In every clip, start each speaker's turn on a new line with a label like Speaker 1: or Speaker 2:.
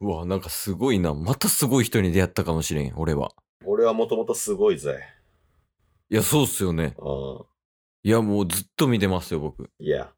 Speaker 1: うわ、なんかすごいな。またすごい人に出会ったかもしれん、俺は。
Speaker 2: 俺はもともとすごいぜ。
Speaker 1: いや、そうっすよね。
Speaker 2: うん。
Speaker 1: いや、もうずっと見てますよ、僕。
Speaker 2: いや。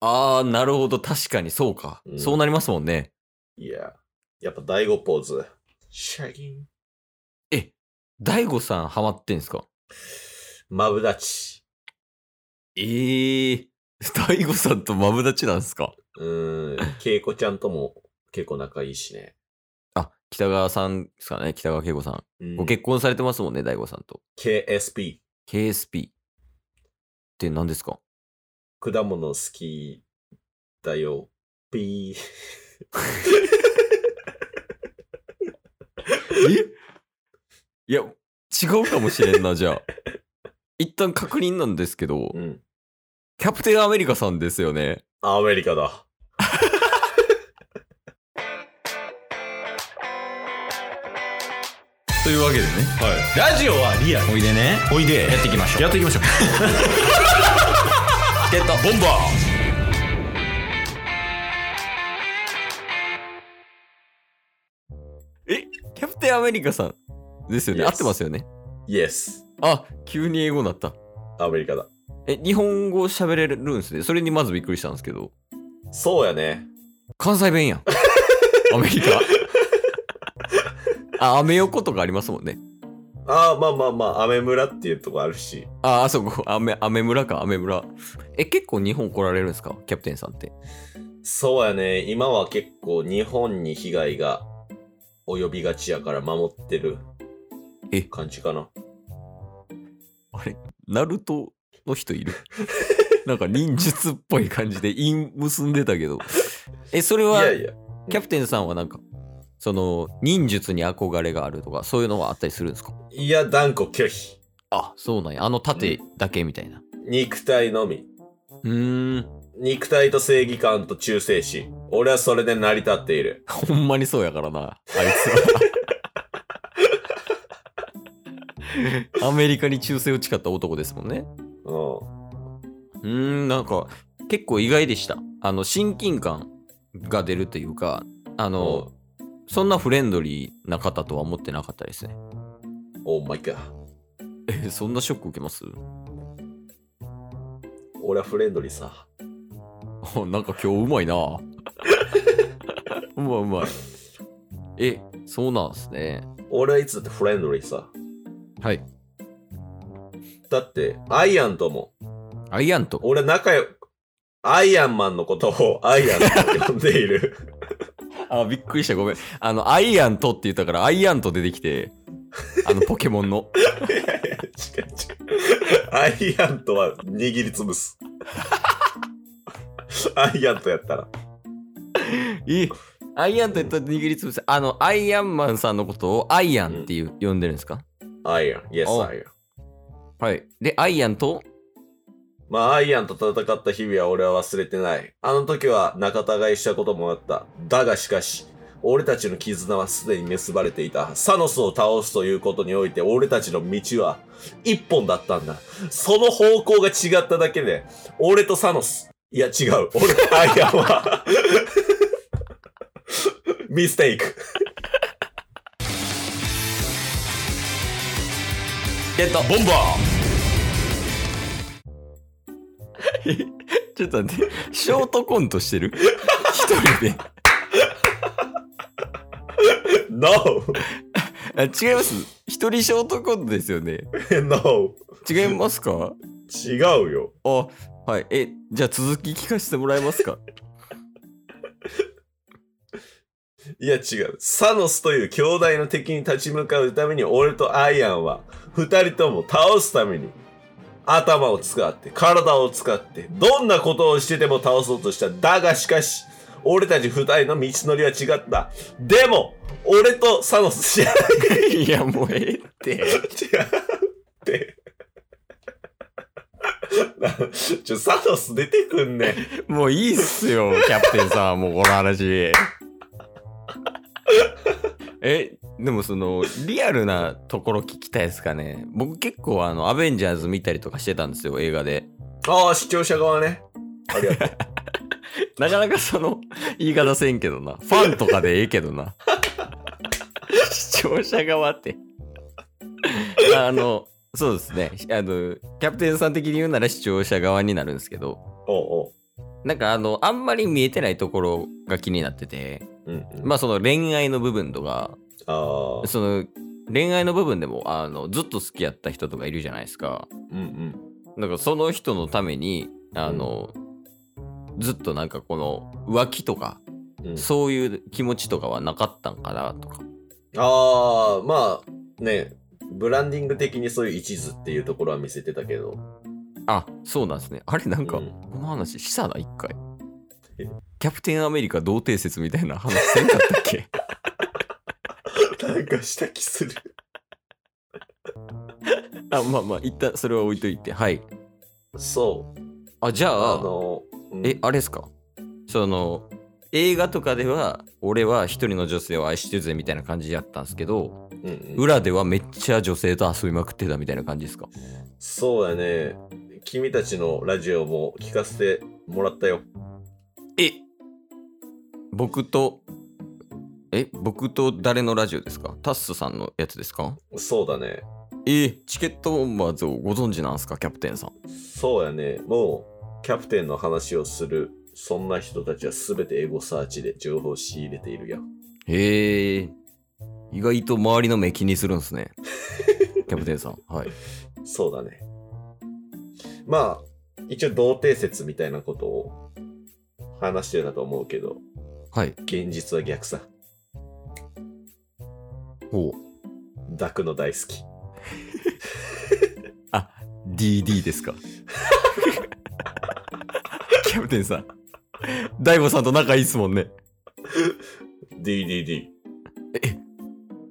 Speaker 1: あー、なるほど。確かに、そうか。
Speaker 2: うん
Speaker 1: そうなりますもんね。
Speaker 2: いや。やっぱ第5ポーズ。シャギン。
Speaker 1: え、大悟さんハマってんすか
Speaker 2: マブダチ。
Speaker 1: えー、大悟さんとマブダチなんすか
Speaker 2: うーん。ケイコちゃんとも結構仲いいしね。
Speaker 1: あ、北川さんですかね。北川景子さん。
Speaker 2: うん
Speaker 1: ご結婚されてますもんね、大悟さんと。
Speaker 2: KSP。
Speaker 1: KSP って何ですか
Speaker 2: 果物好きだよ。ピー。
Speaker 1: えいや、違うかもしれんな、じゃあ。一旦確認なんですけど
Speaker 2: う、ん。
Speaker 1: キャプテンアメリカさんですよね。
Speaker 2: アメリカだ。
Speaker 1: というわけでね、
Speaker 2: はい。
Speaker 1: ラジオはリアおいでね、
Speaker 2: おいで
Speaker 1: やっていきましょう。
Speaker 2: っていきましょう。
Speaker 1: ってた。
Speaker 2: ボンバー
Speaker 1: キャプテンアメリカさんですよね。
Speaker 2: Yes
Speaker 1: 合ってますよね。
Speaker 2: イエス。
Speaker 1: あ、急に英語になった。
Speaker 2: アメリカだ。
Speaker 1: え、日本語喋れるんですね。それにまずびっくりしたんですけど、
Speaker 2: そうやね。
Speaker 1: 関西弁やん。アメリ カ。あ、アメ横とかありますもんね。
Speaker 2: ああ、まあまあまあ、アメ村っていうとこあるし。
Speaker 1: あ、あそ こ、アメ、アメ村か、アメ村。え、結構日本来られるんですかキャプテンさんって。
Speaker 2: そうやね。今は結構日本に被害が及びがちやから守ってる
Speaker 1: え
Speaker 2: 感じかな。
Speaker 1: あれナルトの人 いるなんか忍術っぽい感じで陰結んでたけど。え、それ
Speaker 2: い
Speaker 1: は、
Speaker 2: やいや。
Speaker 1: キャプテンさんはなんか、その、忍術に憧れがあるとか、そういうのはあったりするんですか
Speaker 2: いや、断固拒否。
Speaker 1: あ、そうなんや。あの盾だけみたいな。
Speaker 2: 肉体のみ。
Speaker 1: うーん。
Speaker 2: 肉体と正義感と忠誠心。俺はそれで成り立っている。
Speaker 1: ほんまにそうやからな、あい つは。アメリカに忠誠を誓った男ですもんね。
Speaker 2: うん。
Speaker 1: うーん、なんか、結構意外でした。あの、親近感が出るというか、あの、そんなフレンドリーな方とは思ってなかったですね。
Speaker 2: オーマイガー。
Speaker 1: え、そんなショック受けます
Speaker 2: 俺はフレンドリーさ。
Speaker 1: あなんか今日うまいな。 うまいうまい。え、そうなんですね。
Speaker 2: 俺はいつだってフレンドリーさ。
Speaker 1: はい。
Speaker 2: だって、アイアンとも、
Speaker 1: アイアンと。
Speaker 2: 俺は仲良く、アイアンマンのことをアイアンと呼んでいる。
Speaker 1: あ、びっくりした。ごめん。あの、アイアンとって言ったから、アイアンと出てきて、あの、ポケモンの。
Speaker 2: いやいや違う違う。アイアンとは握りつぶす。アイアンとやったら。
Speaker 1: えアイアンと言ったら握りつぶせ。あの、アイアンマンさんのことをアイアンっていう、呼んでるんですか
Speaker 2: アイアン、イエス
Speaker 1: お
Speaker 2: アイアン。
Speaker 1: はい。で、アイアンと、
Speaker 2: まあ、アイアンと戦った日々は俺は忘れてない。あの時は仲違いしたこともあった。だがしかし、俺たちの絆はすでに結ばれていた。サノスを倒すということにおいて、俺たちの道は一本だったんだ。その方向が違っただけで、俺とサノス。いや、違う。俺とアイアンは。 ミステイク。
Speaker 1: ゲット
Speaker 2: ボンバ
Speaker 1: ちょっと待って、ショートコントしてる 一人で
Speaker 2: ー !No!
Speaker 1: あ。違います。一人ショートコントですよね。
Speaker 2: no!
Speaker 1: 違いますか
Speaker 2: 違うよ。
Speaker 1: あ、はい。え、じゃあ続き聞かせてもらえますか
Speaker 2: いや違う。サノスという兄弟の敵に立ち向かうために俺とアイアンは二人とも倒すために頭を使って体を使ってどんなことをしてでも倒そうとした。だがしかし俺たち二人の道のりは違った。でも俺とサノスじゃ
Speaker 1: いや、もうええって。
Speaker 2: 違うって。なちょ、サノス出てくんねん。
Speaker 1: もういいっすよ、キャプテンさん。もうこの話。 え、でもその、リアルなところ聞きたいですかね。僕結構あの、アベンジャーズ見たりとかしてたんですよ、映画で。
Speaker 2: ああ、視聴者側ね。ありがと
Speaker 1: なかなかその言い方せんけどな。ファンとかでええけどな。視聴者側って。あの、そうですね。あの、キャプテンさん的に言うなら視聴者側になるんですけど、
Speaker 2: おう
Speaker 1: なんかあの、あんまり見えてないところが気になってて、
Speaker 2: おう。うん、うん。
Speaker 1: まあその恋愛の部分とか、
Speaker 2: ああー。
Speaker 1: その恋愛の部分でも、あの、ずっと好きやった人とかいるじゃないですか。
Speaker 2: うんうん。
Speaker 1: なんかその人のためにあの、ずっとなんかこの浮気とか、
Speaker 2: うん、
Speaker 1: そういう気持ちとかはなかったんかなとか
Speaker 2: ああ、まあ、ね、ブランディング的にそういう一途っていうところは見せてたけど。
Speaker 1: あそうなんですねあれなんか、
Speaker 2: うん
Speaker 1: この話したな一回
Speaker 2: え
Speaker 1: キャプテンアメリカ童貞説みたいな話せんかったっ け
Speaker 2: なんかした気する。
Speaker 1: あまあまあ一旦それは置いといてはい
Speaker 2: そう。
Speaker 1: あじゃあ
Speaker 2: あの、うん
Speaker 1: えあれですかその映画とかでは俺は一人の女性を愛してるぜみたいな感じやったんですけど
Speaker 2: うんうん
Speaker 1: 裏ではめっちゃ女性と遊びまくってたみたいな感じですか
Speaker 2: そうやね。君たちのラジオも聞かせてもらったよ。
Speaker 1: え僕とえ僕と誰のラジオですかタッスさんのやつですか
Speaker 2: そうだね。
Speaker 1: えチケットボンバーズをご存知なんですかキャプテンさん
Speaker 2: そうやね。もう、キャプテンの話をする、そんな人たちは全てエゴサーチで情報を仕入れているよ。
Speaker 1: へえ意外と周りの目気にするん ですねキャプテンさんはい
Speaker 2: そうだね。まあ、一応童貞説みたいなことを話してたと思うけど、
Speaker 1: はい
Speaker 2: 現実は逆さ。
Speaker 1: ほう
Speaker 2: 抱くの大好き。
Speaker 1: あ DD ですか キャプテンさん大悟さんと仲いいっすもんね
Speaker 2: DDD。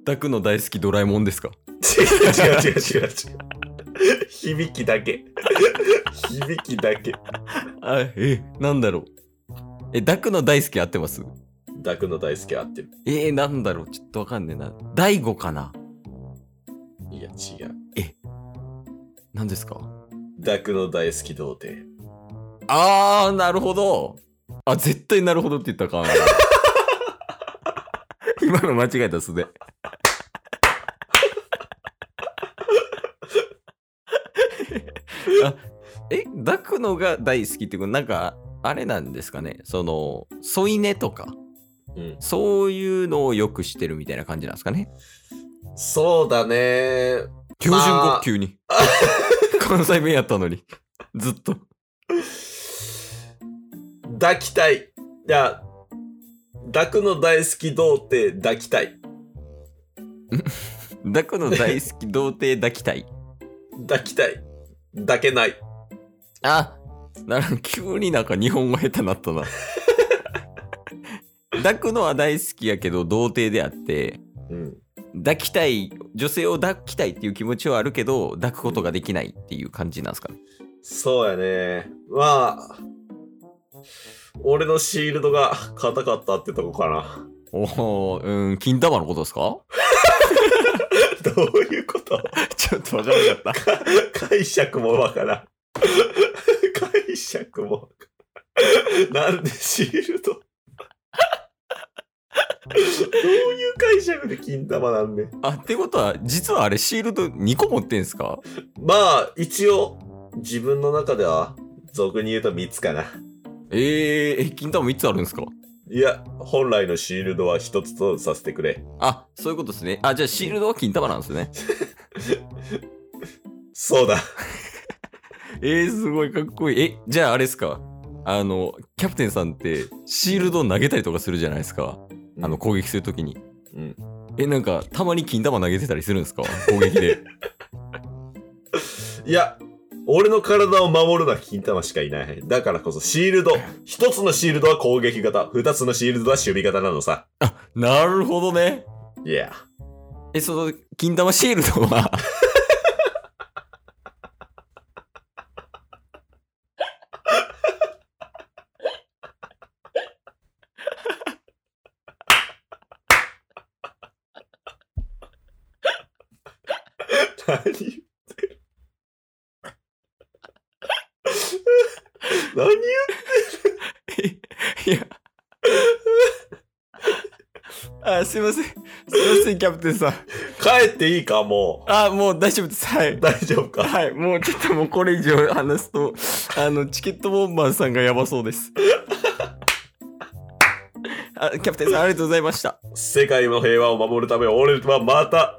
Speaker 1: ダクの大好きドラえもんですか
Speaker 2: 違う違う違う違う違う。響きだけ。響きだけ。
Speaker 1: あえなんだろうえダクの大好き合ってます
Speaker 2: 抱くの大好きは合ってる。
Speaker 1: えー、なんだろうちょっとわかんねえな。第五かない
Speaker 2: や違う。
Speaker 1: 何ですか
Speaker 2: 抱くの大好き童貞。
Speaker 1: あー、なるほど。あ、絶対なるほどって言ったらあかん。 今の間違えたっすね。あえ、抱くのが大好きってこと、なんか、あれなんですかね。その、添い寝とか、
Speaker 2: うん。
Speaker 1: そういうのをよくしてるみたいな感じなんですかね。
Speaker 2: そうだね。
Speaker 1: 標準語急 に。関西弁やったのに。ずっと。
Speaker 2: 抱きたい。いや、抱くの大好き童貞抱きたい。
Speaker 1: 抱くの大好き童貞抱きたい。
Speaker 2: 抱きたい。抱けない。
Speaker 1: あなる急になんか日本語下手なったな。 抱くのは大好きやけど童貞であって
Speaker 2: うん。
Speaker 1: 抱きたい女性を抱きたいっていう気持ちはあるけど抱くことができないっていう感じなんですかね
Speaker 2: そうやね。まあ、俺のシールドが硬かったってとこかな。
Speaker 1: おおうん金玉のことですか
Speaker 2: どういうこと
Speaker 1: ちょっとわからなかっ
Speaker 2: 解釈もわからん。解釈もわからん。なんでシールドどういう解釈で金玉なんねん
Speaker 1: た。あってことは実はあれシールド2個持ってんすか
Speaker 2: まあ、一応、自分の中では、俗に言うと3つかな。
Speaker 1: えー、え金玉3つあるんですか
Speaker 2: いや、本来のシールドは1つとさせてくれ。
Speaker 1: あそういうことですねあじゃあシールドは金玉なんですね
Speaker 2: そうだ。
Speaker 1: えー、すごいかっこいい。え、じゃああれですかあの、キャプテンさんってシールドを投げたりとかするじゃないですか。あの、攻撃するときに。
Speaker 2: うん。
Speaker 1: え、なんか、たまに金玉投げてたりするんですか攻撃で。
Speaker 2: いや、俺の体を守るのは金玉しかいない。だからこそ、シ ールド。1つのシールドは攻撃型、2つのシールドは守備型なのさ。
Speaker 1: なるほどね。
Speaker 2: いや。
Speaker 1: え、その、金玉シールドは
Speaker 2: 何言ってる何言
Speaker 1: え
Speaker 2: っ
Speaker 1: あ、すいません。すいません、キャプテンさん。
Speaker 2: 帰っていいか、も
Speaker 1: あ、もう大丈夫です。は
Speaker 2: う。
Speaker 1: い。
Speaker 2: 大丈夫か。
Speaker 1: はい、もうちょっともうこれ以上話すと、あの、チケットボンバーさんがやばそうです。あキャプテンさん、ありがとうございました。
Speaker 2: 世界の平和を守るため、俺はまた。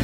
Speaker 3: す